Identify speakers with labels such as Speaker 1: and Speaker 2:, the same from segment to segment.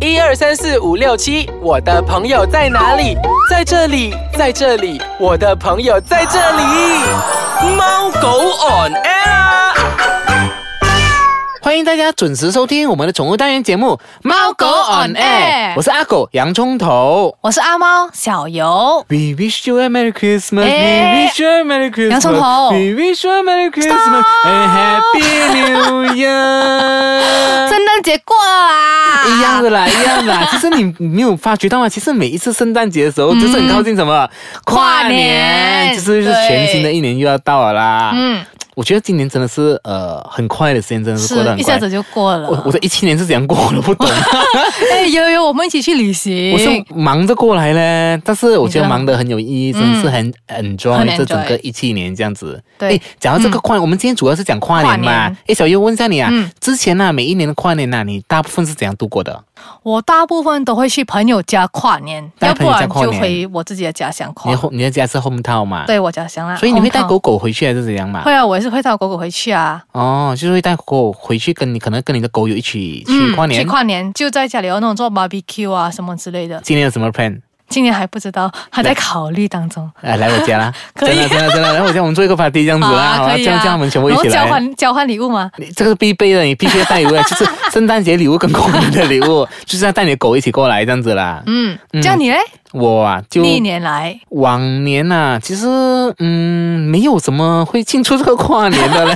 Speaker 1: 一二三四五六七，我的朋友在哪里？在这里，在这里，我的朋友在这里。猫狗 on air 啊！
Speaker 2: 欢迎大家准时收听我们的宠物单元节目《猫狗 on air》，我是阿狗洋葱头。
Speaker 3: 我是阿猫小游。
Speaker 2: We wish you a merry Christmas. We
Speaker 3: 哎
Speaker 2: wish you a merry Christmas.
Speaker 3: 洋葱头
Speaker 2: We wish you a merry Christmas and happy New Year.
Speaker 3: 圣诞节过了啊，
Speaker 2: 一样的啦，一样 的啦。其实你没有发觉到吗？其实每一次圣诞节的时候，就是很靠近什么
Speaker 3: 嗯跨年
Speaker 2: 就是就是全新的一年又要到了啦。
Speaker 3: 嗯，
Speaker 2: 我觉得今年真的是呃很快的时间，真的是过得
Speaker 3: 是
Speaker 2: 很
Speaker 3: 一
Speaker 2: 快。
Speaker 3: 下子就过了。
Speaker 2: 我我的一七年是怎样过我都不懂。
Speaker 3: 哎，悠悠，我们一起去旅行。
Speaker 2: 我是忙着过来嘞，但是我觉得忙得很有意义，真的是很
Speaker 3: 嗯很
Speaker 2: enjoy
Speaker 3: enjoy
Speaker 2: 这整个一七年这样子。
Speaker 3: 对嗯
Speaker 2: 诶讲到这个跨年，我们今天主要是讲跨年
Speaker 3: 跨
Speaker 2: 嘛
Speaker 3: 年。
Speaker 2: 哎，小优问一下你啊
Speaker 3: 嗯，
Speaker 2: 之前呢每一年的跨年呢，你大部分是怎样度过的？
Speaker 3: 我大部分都会去朋友家跨年，
Speaker 2: 带
Speaker 3: 要
Speaker 2: 朋
Speaker 3: 不
Speaker 2: 友家
Speaker 3: 然
Speaker 2: 跨年
Speaker 3: 就回我自己的家乡跨
Speaker 2: 你。后你的家是 home town 嘛？。
Speaker 3: 对啊我家乡啦，
Speaker 2: 所以你会带
Speaker 3: hometown
Speaker 2: 狗？狗回去还是怎样嘛？
Speaker 3: 会啊，我也是会带狗狗回去啊。
Speaker 2: 哦，就是会带狗狗回去，跟你可能跟你的狗友一起去跨年
Speaker 3: 嗯去。跨年就在家里有那种做 barbecue 啊什么之类的。
Speaker 2: 今年有什么 plan？
Speaker 3: 今年还不知道，还在考虑当中。
Speaker 2: 哎，来我家啦！
Speaker 3: 可
Speaker 2: 真
Speaker 3: 以啊
Speaker 2: 的真的真的，来我家我们做一个 party 这样子 啦，嗯好吧啊
Speaker 3: 可以
Speaker 2: 这
Speaker 3: 啊
Speaker 2: 样这样我们全部一起
Speaker 3: 然后交
Speaker 2: 来。
Speaker 3: 换交换礼物吗？
Speaker 2: 你这个是必备的，你必须要带礼物的， 就是圣诞节礼物跟过年的礼物， 就是要带你的狗一起过来这样子啦。
Speaker 3: 嗯，这样你嘞？
Speaker 2: 我啊，就
Speaker 3: 历年来
Speaker 2: 往年呐、其实嗯，没有什么会庆祝这个跨年 的嘞，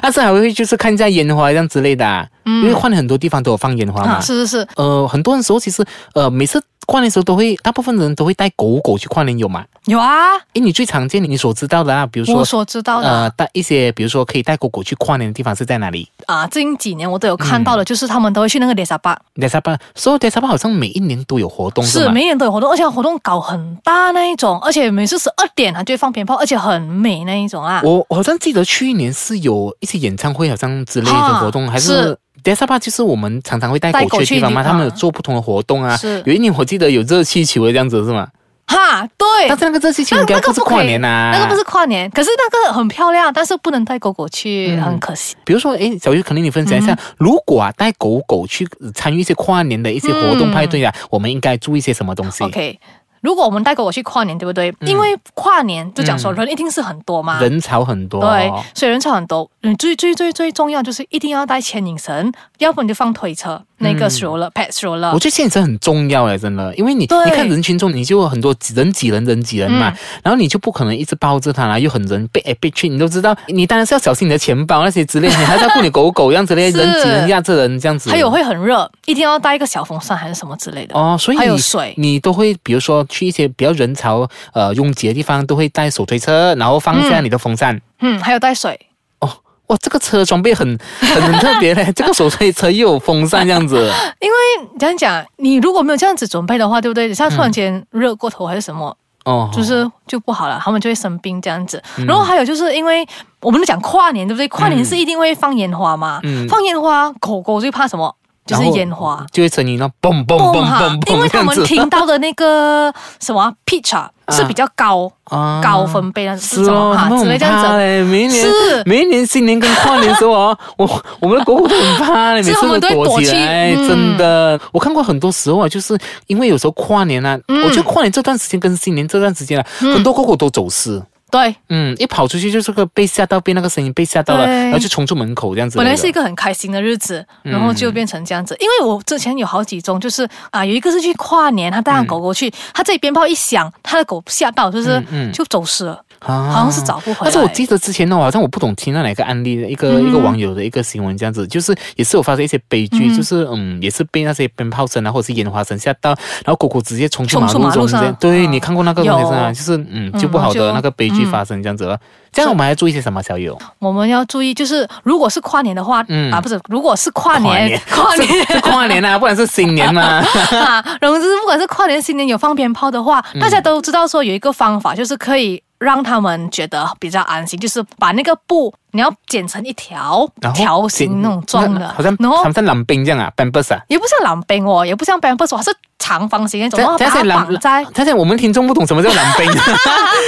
Speaker 2: 但是还会就是看一下烟花这样之类的、啊，因为跨年很多地方都有放烟花嘛。
Speaker 3: 嗯啊，是是是，
Speaker 2: 呃，很多人时候其实呃，每次跨年的时候都会，大部分人都会带狗狗去跨年有嘛？
Speaker 3: 有啊，
Speaker 2: 诶，你最常见你所知道的啊，比如说
Speaker 3: 我所知道的
Speaker 2: 呃，带一些比如说可以带狗狗去跨年的地方是在哪里？
Speaker 3: 啊，近几年我都有看
Speaker 2: 嗯
Speaker 3: 到的，就是他们都会去那个 d e s a b a
Speaker 2: 迪沙巴，所以迪沙巴好像每一年都有活动
Speaker 3: 是
Speaker 2: 吗？
Speaker 3: 每年都有活动，而且活动搞很大那一种，而且每次十二点它就会放鞭炮，而且很美那一种啊。
Speaker 2: 我我好像记得去年是有一些演唱会好像之类的
Speaker 3: 啊
Speaker 2: 活动，还是
Speaker 3: 是。
Speaker 2: 迪沙巴就是我们常常会带
Speaker 3: 带
Speaker 2: 狗
Speaker 3: 狗
Speaker 2: 去的地
Speaker 3: 去
Speaker 2: 方嘛，
Speaker 3: 旅
Speaker 2: 他们有
Speaker 3: 啊
Speaker 2: 做不同的活动啊
Speaker 3: 是。
Speaker 2: 有一年我记得有热气球的这样子是吗？
Speaker 3: 哈，对，
Speaker 2: 但是那个热气球
Speaker 3: 那
Speaker 2: 应该
Speaker 3: 那个
Speaker 2: 不是
Speaker 3: 不可以
Speaker 2: 跨年啊，
Speaker 3: 哎那个不是。跨年，可是那个很漂亮，但是不能带狗狗去，
Speaker 2: 嗯
Speaker 3: 很可惜。
Speaker 2: 比如说，诶，小玉，可能你分享一下，如果啊带狗狗去参与一些跨年的一些活动
Speaker 3: 嗯
Speaker 2: 派对啊，我们应该注意些什么东西？
Speaker 3: OK，如果我们带狗狗去跨年，对不对？
Speaker 2: 嗯
Speaker 3: 因为跨年就讲说人一定是很多嘛。
Speaker 2: 人潮很多，
Speaker 3: 对，所以人潮很多。嗯，最最最最重要就是一定要带牵引绳，要不然你就放推车，那个
Speaker 2: 嗯
Speaker 3: stroller、pet stroller
Speaker 2: 我。觉得现实很重要哎，真的，因为你
Speaker 3: 哦对嗯
Speaker 2: 你看人群中，你就有很多挤人挤人人挤人嘛，然后你就不可能一直抱着它啦，又很人背来背去，你都知道，你当然是要小心你的钱包那些之类，你还是要顾你狗 狗这样之类，
Speaker 3: 是
Speaker 2: 人挤人压着人这样子。
Speaker 3: 还有会很热，一定要带一个小风扇还是什么之类的。
Speaker 2: 哦，所以你
Speaker 3: 还有水
Speaker 2: 你都会比如说去一些比较人潮呃拥挤的地方，都会带手推车，然后放下你的风扇。
Speaker 3: 嗯，还有带水。
Speaker 2: 哦，哇，这个车装备很 很很特别嘞，这个手推车又有风扇这样 子。
Speaker 3: 因为嗯这样讲，你如果没有这样子准备的话，对不对？等下突然间热过头还是什么，
Speaker 2: 嗯哦，嗯
Speaker 3: 就是就不好了，他们就会生病这样子。然后还有就是因为我们都讲跨年，对不对？跨年是一定会放烟花嘛，
Speaker 2: 嗯
Speaker 3: 放烟花，狗狗最怕什么？就是
Speaker 2: 然后
Speaker 3: 烟花。
Speaker 2: 就会成音那嘣嘣
Speaker 3: 蹦
Speaker 2: 嘣
Speaker 3: 哈
Speaker 2: 嘣，嘣，
Speaker 3: 因为他们
Speaker 2: 这样子
Speaker 3: 听到的 那个什么 pitch 啊
Speaker 2: 啊
Speaker 3: 是比较高
Speaker 2: 啊
Speaker 3: 高分贝那
Speaker 2: 是
Speaker 3: 种
Speaker 2: 哦，
Speaker 3: 哈
Speaker 2: 他们
Speaker 3: 之类
Speaker 2: 很
Speaker 3: 这样
Speaker 2: 怕
Speaker 3: 子，
Speaker 2: 嘞。每一年
Speaker 3: 是
Speaker 2: 每一年新年跟跨年的时候哦，我 我们的狗狗都很怕嘞，每
Speaker 3: 是
Speaker 2: 次
Speaker 3: 我们都会
Speaker 2: 躲
Speaker 3: 躲
Speaker 2: 起
Speaker 3: 去
Speaker 2: 来，
Speaker 3: 嗯
Speaker 2: 真的。我看过很多时候啊，就是因为有时候跨年啊，
Speaker 3: 嗯
Speaker 2: 我觉得跨年这段时间跟新年这段时间啊，很多狗狗都走失。
Speaker 3: 对，
Speaker 2: 嗯，一跑出去就是个被吓到，被那个声音被吓到了，
Speaker 3: 对
Speaker 2: 然后就冲出门口这样子的。
Speaker 3: 本来是一个很开心的日子，
Speaker 2: 嗯
Speaker 3: 然后就变成这样子。因为我之前有好几宗，就是啊，有一个是去跨年，他带上狗狗去，他自己鞭炮一响，他的狗吓到，就是
Speaker 2: 嗯嗯嗯
Speaker 3: 就走失了，
Speaker 2: 啊
Speaker 3: 好像是找不回来。嗯
Speaker 2: 但是我记得之前呢，我好像我不懂听到哪个案例，一个、一个网友的一个新闻这样子，就是也是有发生一些悲剧，就是嗯，也是被那些鞭炮声啊或者是烟花声吓到，然后狗狗直接冲去
Speaker 3: 冲
Speaker 2: 马
Speaker 3: 出
Speaker 2: 路
Speaker 3: 马
Speaker 2: 中
Speaker 3: 路
Speaker 2: 间，
Speaker 3: 上
Speaker 2: 对、
Speaker 3: 啊
Speaker 2: 你看过那个东西是啊，
Speaker 3: 有
Speaker 2: 就是嗯
Speaker 3: 嗯
Speaker 2: 就不好的
Speaker 3: 就
Speaker 2: 那个悲剧发生这样子了。这样我们还要做一些什么？小友，
Speaker 3: 我们要注意，就是如果是跨年的话，
Speaker 2: 嗯
Speaker 3: 啊，不是，如果是跨年，
Speaker 2: 跨年 是是跨年啊，不然是新年 嘛。
Speaker 3: 啊，总之不管是跨年、新年有放鞭炮的话，
Speaker 2: 嗯
Speaker 3: 大家都知道说有一个方法，就是可以让他们觉得比较安心，就是把那个布你要剪成一条
Speaker 2: 然后
Speaker 3: 条形那种状的，
Speaker 2: 好像
Speaker 3: 然
Speaker 2: 好
Speaker 3: 后
Speaker 2: 像冷冰这样啊 b a m b u s 啊。
Speaker 3: 也不像冷冰哦，也不像 b a m b u s 它是长方形那种，然后把它绑在
Speaker 2: 但是我们听众不懂什么叫 冷冰，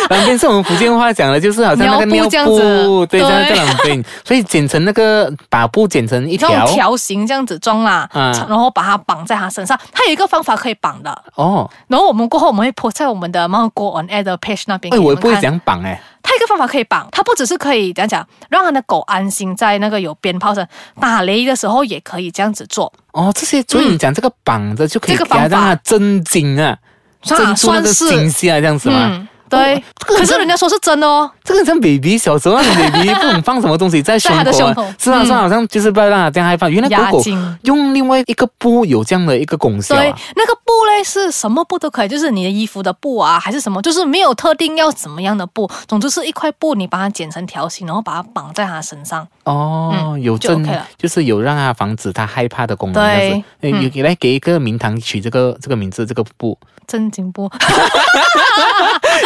Speaker 2: 冷冰是我们福建话讲的，就是好像那个
Speaker 3: 尿
Speaker 2: 尿
Speaker 3: 布这样子
Speaker 2: 布，对，
Speaker 3: 对
Speaker 2: 这样叫冷冰。所以剪成那个把布剪成一
Speaker 3: 那
Speaker 2: 条
Speaker 3: 种条形这样子装啦，
Speaker 2: 嗯
Speaker 3: 然后把它绑在它身上。它有一个方法可以绑的，
Speaker 2: 哦，
Speaker 3: 然后我们过后我们会 po 在我们的猫狗 on air 的 page 那边。
Speaker 2: 哎，
Speaker 3: 给你
Speaker 2: 我
Speaker 3: 们
Speaker 2: 也不会
Speaker 3: 看
Speaker 2: 这样绑哎，
Speaker 3: 它有一个方法可以绑，它不只是可以怎样讲，让它的狗安心在那个有鞭炮声打雷的时候也可以这样子做，
Speaker 2: 哦，这些所以你讲这个绑着就可以
Speaker 3: 这个
Speaker 2: 给它
Speaker 3: 方
Speaker 2: 让
Speaker 3: 法
Speaker 2: 它震惊啊，
Speaker 3: 算
Speaker 2: 震住那个
Speaker 3: 算是
Speaker 2: 惊吓这样子嘛。
Speaker 3: 嗯，对。可是人家说是真的哦，
Speaker 2: 这个很像 baby 小时候那种 baby 不懂放什么东西在胸口、啊，
Speaker 3: 在他的胸口
Speaker 2: 是啊，
Speaker 3: 嗯
Speaker 2: 是啊，好像就是不要让他这样害怕。原来
Speaker 3: 压
Speaker 2: 狗狗
Speaker 3: 惊
Speaker 2: 用另外一个布有这样的一个功效、
Speaker 3: 对
Speaker 2: 啊。，
Speaker 3: 那个布嘞是什么布都可以，就是你的衣服的布啊，还是什么，就是没有特定要怎么样的布，总之是一块布，你把它剪成条形，然后把它绑在它身上。
Speaker 2: 哦，
Speaker 3: 嗯
Speaker 2: 有
Speaker 3: 就
Speaker 2: 正
Speaker 3: OK 了
Speaker 2: 就是有让他防止他害怕的功能，
Speaker 3: 对
Speaker 2: 这样子呃有给来给一个名堂取这个这个名字，这个布
Speaker 3: 正经布，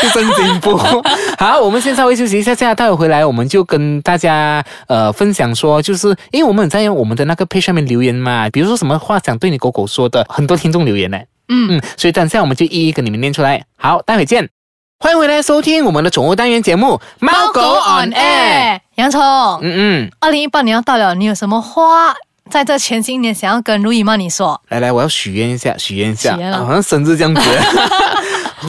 Speaker 2: 是真经布。 好，我们先稍微休息一下下，待会回来我们就跟大家呃分享说，就是因为我们很在意我们的那个配上面留言嘛，比如说什么话想对你狗狗说的，很多听众留言呢。
Speaker 3: 嗯，
Speaker 2: 嗯，所以等一下我们就一一跟你们念出来。好，待会见。欢迎回来收听我们的宠物单元节目《猫狗 on air》。
Speaker 3: 洋葱，
Speaker 2: 嗯嗯，
Speaker 3: 二零一八年要到了，你有什么话在这全新一年想要跟如意妈你说？
Speaker 2: 来来，我要许愿一下，许愿一下，
Speaker 3: 许愿了哦
Speaker 2: 啊好像生日这 样子。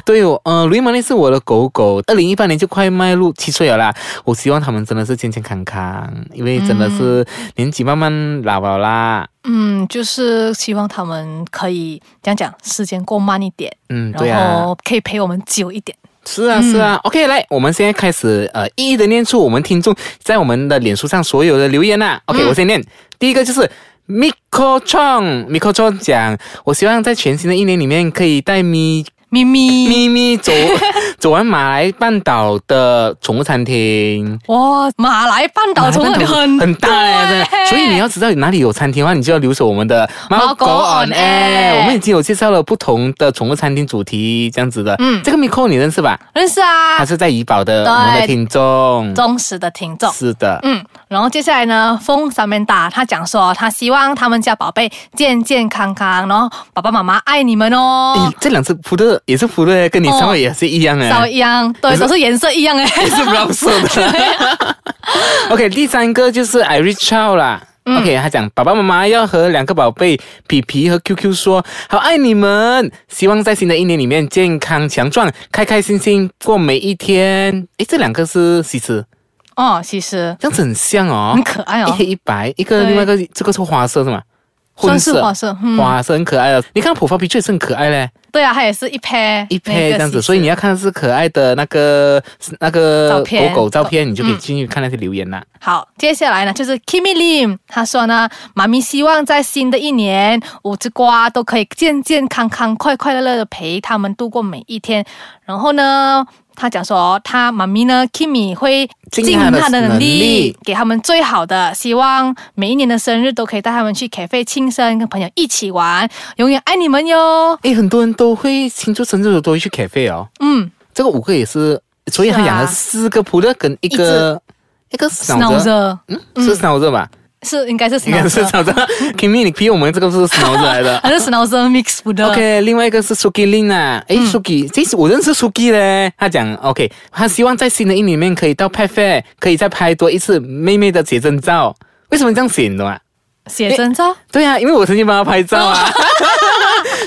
Speaker 2: 对哦，呃，卢伊玛丽是我的狗狗，二零一八年就快迈入七岁了啦。我希望它们真的是健健康康，因为真的是年纪慢慢老了啦。
Speaker 3: 嗯，就是希望他们可以这样讲，时间过慢一点，
Speaker 2: 嗯，对
Speaker 3: 然
Speaker 2: 啊，
Speaker 3: 后可以陪我们久一点。
Speaker 2: 是啊，
Speaker 3: 嗯
Speaker 2: 是啊。OK，来，我们现在开始呃，一一的念出我们听众在我们的脸书上所有的留言啦、OK，、我先
Speaker 3: 嗯
Speaker 2: 念，第一个就是 Miko Chong，Miko Chong 讲，我希望在全新的一年里面可以带咪
Speaker 3: 咪咪，
Speaker 2: 咪咪 走走完马来半岛的宠物餐厅。
Speaker 3: 哇，马来半岛从那里哦很
Speaker 2: 很大嘞，真的所以你要知道哪里有餐厅的话，你就要留守我们的
Speaker 3: 猫狗 on air
Speaker 2: 我们已经有介绍了不同的宠物餐厅主题这样子的。
Speaker 3: 嗯
Speaker 2: 这个 Miko 你认识吧？
Speaker 3: 认识啊
Speaker 2: 他，是在怡保的
Speaker 3: 对
Speaker 2: 我们的听众。
Speaker 3: 忠实的听众。
Speaker 2: 是的，
Speaker 3: 嗯，然后接下来呢，风三面大他讲说，他希望他们家宝贝健健康康，然后爸爸妈妈爱你们哦
Speaker 2: 诶，这两只扑的也是扑的，跟你稍微也是一样哎、
Speaker 3: 稍微一样，对，
Speaker 2: 可是
Speaker 3: 都是颜色一样哎。
Speaker 2: 也是 brown 色的。OK，第三个就是 I reach out 啦。OK，他
Speaker 3: 嗯
Speaker 2: 讲爸爸妈妈要和两个宝贝皮皮和 QQ 说，好爱你们，希望在新的一年里面健康强壮，开开心心过每一天。诶，这两个是西施，
Speaker 3: 哦，其实
Speaker 2: 这样子很像哦，
Speaker 3: 很可爱哦
Speaker 2: 一黑一白，一个
Speaker 3: 对
Speaker 2: 另外一个这个是花色是吗？
Speaker 3: 算
Speaker 2: 混
Speaker 3: 是
Speaker 2: 色，
Speaker 3: 花色嗯
Speaker 2: 花色很可爱哦。你看普发皮确实很可爱嘞，
Speaker 3: 对啊，它也是一 pair
Speaker 2: 一配这样子，所以你
Speaker 3: 要
Speaker 2: 要看是可爱的那个那个
Speaker 3: 照片
Speaker 2: 狗狗照片，你就可以
Speaker 3: 嗯
Speaker 2: 进去看那些留言啦。
Speaker 3: 好。接下来呢，就是 Kimi Lim，他说呢，妈咪希望在新的一年，五只瓜都可以健健康康、快快乐乐的陪他们度过每一天。然后呢，他讲说，他妈咪呢，Kimi 会
Speaker 2: 尽他的
Speaker 3: 他的
Speaker 2: 能
Speaker 3: 能力
Speaker 2: 力，
Speaker 3: 给他们最好的，希望每一年的生日都可以带他们去 cafe 庆生，跟朋友一起玩，永远爱你们哟。
Speaker 2: 诶，很多人都会庆祝生日的时候都会去 cafe 哦。
Speaker 3: 嗯，
Speaker 2: 这个五个也是，所以他
Speaker 3: 是啊
Speaker 2: 养了四个扑乐跟一个一个脑子，
Speaker 3: Snowzer
Speaker 2: 嗯，是脑子吧？
Speaker 3: 是应该是
Speaker 2: 应该是
Speaker 3: Snowzer，
Speaker 2: 脑子。Kimi，你 P 我们这个是脑子来 的。
Speaker 3: 还是 Snowzer mix 不的。
Speaker 2: OK，另外一个是 Suki Lin 啊，诶
Speaker 3: 嗯
Speaker 2: s u k i 这次我认识 Suki 嘞。他讲 OK，他希望在新的一年里面可以到派 fair，可以再拍多一次妹妹的写真照。为什么这样写？你懂吗？
Speaker 3: 写真照。
Speaker 2: 对啊，因为我曾经帮她拍照啊。
Speaker 3: 哦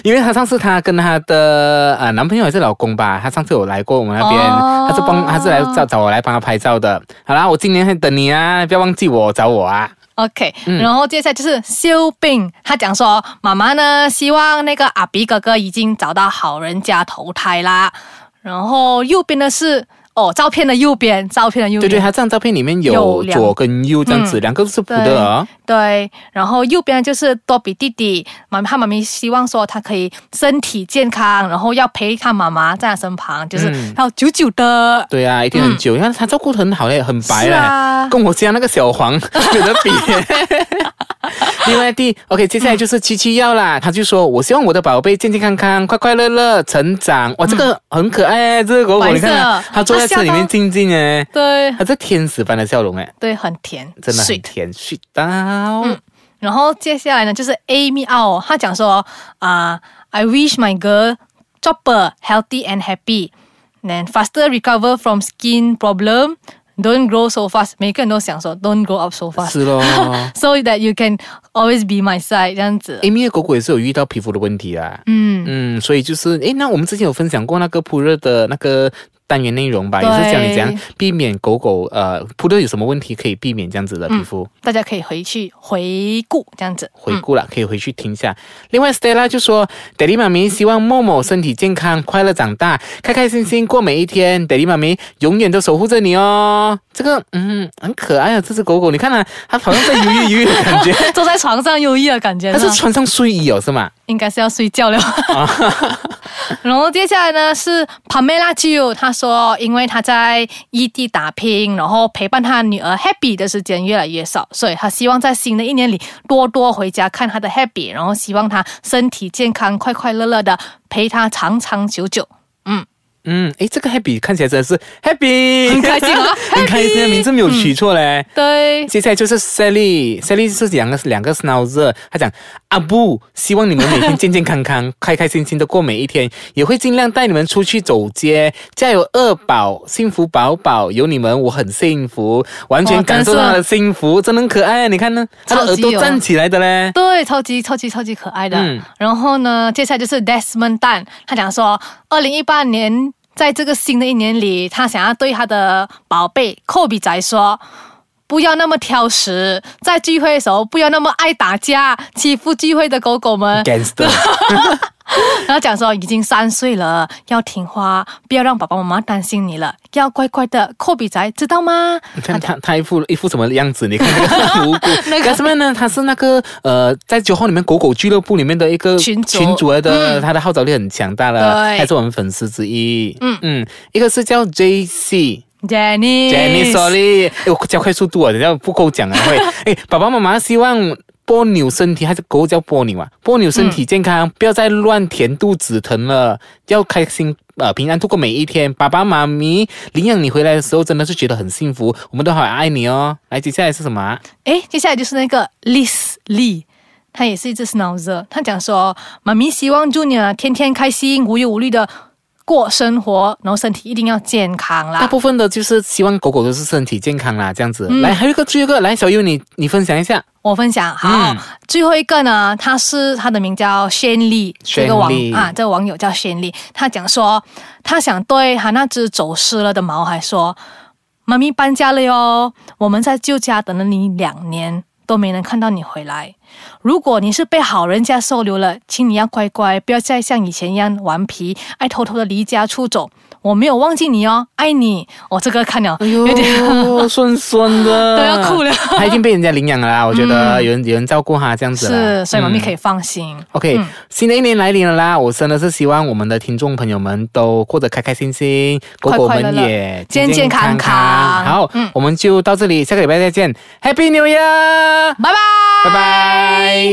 Speaker 2: 因为她上次她跟她的呃男朋友还是老公吧，她上次有来过我们那边，
Speaker 3: 哦
Speaker 2: 她是帮她是来找找我来帮她拍照的。好啦，我今年还等你啊，不要忘记我找我啊。
Speaker 3: OK，、然后接下来就是修病，他讲说妈妈呢希望那个阿比哥哥已经找到好人家投胎啦。然后右边的是哦，照片的右边，照片的右
Speaker 2: 对
Speaker 3: 边，
Speaker 2: 对，她这张照片里面
Speaker 3: 有
Speaker 2: 有
Speaker 3: 两
Speaker 2: 左跟右这样子，
Speaker 3: 嗯
Speaker 2: 两个都是普的哦。
Speaker 3: 对，然后右边就是多比弟弟，妈他妈咪希望说他可以身体健康，然后要陪他妈妈在他身旁，就是
Speaker 2: 嗯
Speaker 3: 要久久的。
Speaker 2: 对啊，一定很久，你看她照顾得很好嘞，很白
Speaker 3: 嗯是
Speaker 2: 嘞，
Speaker 3: 啊
Speaker 2: 跟我家那个小黄 有得 比。另外第 OK，接下来就是七七要
Speaker 3: 嗯
Speaker 2: 啦，他就说我希望我的宝贝健健康康、快快乐乐成长。哇，这个很可爱，这个狗狗
Speaker 3: 嗯白色
Speaker 2: 你看啊它坐在车里面静静哎，
Speaker 3: 对
Speaker 2: 他这天使般的笑容哎，
Speaker 3: 对，很甜，
Speaker 2: 真的很
Speaker 3: sweet 嗯
Speaker 2: 甜，sweet 到。
Speaker 3: 然后接下来呢，就是 Amy Ao，她讲说啊、i wish my girl Chopper healthy and happy, then faster recover from skin problem, don't grow so fast。每个人都想说 don't grow up so fast
Speaker 2: 是 咯
Speaker 3: so that you can always be my side 这样子。
Speaker 2: Amy 的狗狗也是有遇到皮肤的问题啦，
Speaker 3: 嗯，
Speaker 2: 嗯，所以就是，诶，那我们之前有分享过那个扑热的那个单元内容吧，也是教你怎
Speaker 3: 对
Speaker 2: 样避免狗狗呃扑热有什么问题可以避免这样子的
Speaker 3: 嗯
Speaker 2: 皮肤。
Speaker 3: 大家可以回去回顾这样子。
Speaker 2: 回顾了，可以回去听一下。另外，Stella 就说，Daddy 妈咪希望默默身体健康，快乐长大，开开心心过每一天。Daddy 妈咪永远都守护着你哦。这个，嗯，很可爱啊，这只狗狗，你看啊，它好像在犹豫犹豫的 感觉，
Speaker 3: 嗯坐在床上忧郁的感觉，
Speaker 2: 它
Speaker 3: 是
Speaker 2: 是
Speaker 3: 吧
Speaker 2: 穿上睡衣哦，是吗？
Speaker 3: 应该是要睡觉了。然后接下来呢是 Pamela Jiu，她说，因为她在异地打拼，然后陪伴她女儿 Happy 的时间越来越少，所以她希望在新的一年里多多回家看她的 Happy，然后希望她身体健康、快快乐乐的陪她长长久久。
Speaker 2: 嗯，诶，这个 Happy 看起来真的是 Happy，很
Speaker 3: 开心啊
Speaker 2: 很开心啊，名字没有取错嘞。
Speaker 3: 对，
Speaker 2: 接下来就是 Sally，Sally 是两个两个 Schnauzer，他讲阿布，希望你们每天健健康康、开开心心的过每一天，也会尽量带你们出去走街，加油二宝，幸福宝宝，有你们我很幸福，完全
Speaker 3: 哦
Speaker 2: 感受
Speaker 3: 真
Speaker 2: 到
Speaker 3: 是
Speaker 2: 他的幸福，真的很可爱啊！你看呢，他的
Speaker 3: 超
Speaker 2: 耳
Speaker 3: 级哦
Speaker 2: 朵
Speaker 3: 有
Speaker 2: 站起来的 嘞。
Speaker 3: 对，超级超级超级可爱的。
Speaker 2: 嗯
Speaker 3: 然后呢，接下来就是 Desmond 蛋，他讲说，二零一八年在这个新的一年里，他想要对他的宝贝科比仔说。不要那么挑食，在聚会的时候不要那么爱打架，欺负聚会的狗狗们。
Speaker 2: Gangster，
Speaker 3: 然后讲说已经三岁了，要听话，不要让爸爸妈妈担心你了，要乖乖的。科比仔知道吗？
Speaker 2: 你看他他一副一副什么样子？你看那个 很无辜。
Speaker 3: 那个
Speaker 2: Gasman 呢？他是那个呃，在九号里面狗狗俱乐部里面的一个
Speaker 3: 群主
Speaker 2: 群主来的，他的号召力很强大了，
Speaker 3: 对
Speaker 2: 还是我们粉丝之一。嗯嗯，一个是叫 J C。
Speaker 3: Jenny，
Speaker 2: Jenny Sorry，哎我加快速度啊，等一下不够讲啊会。哎，爸爸妈妈希望波妞身体，还是狗叫波妞啊？波妞身体健康，不要再乱填肚子疼了，要开心。呃，平安度过每一天。爸爸妈咪领养你回来的时候，真的是觉得很幸福。我们都好爱你哦。来，接下来是什么啊、
Speaker 3: 诶，哎接下来就是那个 Liz Lee，他也是一只 Schnauzer，他讲说，妈咪希望 Junior 天天开心、无忧无虑的过生活，然后身体一定要健康
Speaker 2: 大
Speaker 3: 啦。
Speaker 2: 部分的就是希望狗狗都是身体健康啦，这样子。来，还有一个，最后一个，来，小优你你分享一下。
Speaker 3: 我分享好，
Speaker 2: 嗯
Speaker 3: 最后一个呢，他是他的名叫 Shen Lee，这个
Speaker 2: Shen
Speaker 3: 网
Speaker 2: Lee
Speaker 3: 啊，这个网友叫 Shen Lee，他讲说，他想对他那只走失了的毛孩说，妈咪搬家了哟，我们在旧家等了你两年，都没能看到你回来。如果你是被好人家收留了，请你要乖乖，不要再像以前一样顽皮，爱偷偷的离家出走。我没有忘记你哦，爱你。我、这个看了有点、
Speaker 2: 呦， 酸酸的，
Speaker 3: 哎都要哭了
Speaker 2: 他已经被人家领养了啦，我觉得有人、有人照顾他这样子啦
Speaker 3: 嗯是，所以妈咪
Speaker 2: 嗯
Speaker 3: 可以嗯放心。
Speaker 2: OK，、新的一年来临了啦，我真的是希望我们的听众朋友们都过得开开心心，狗
Speaker 3: 快
Speaker 2: 狗
Speaker 3: 快乐乐
Speaker 2: 们也
Speaker 3: 健健康康嗯
Speaker 2: 好，我们就到这里，下个礼拜再见，Happy New Year，
Speaker 3: 拜拜。
Speaker 2: 拜拜。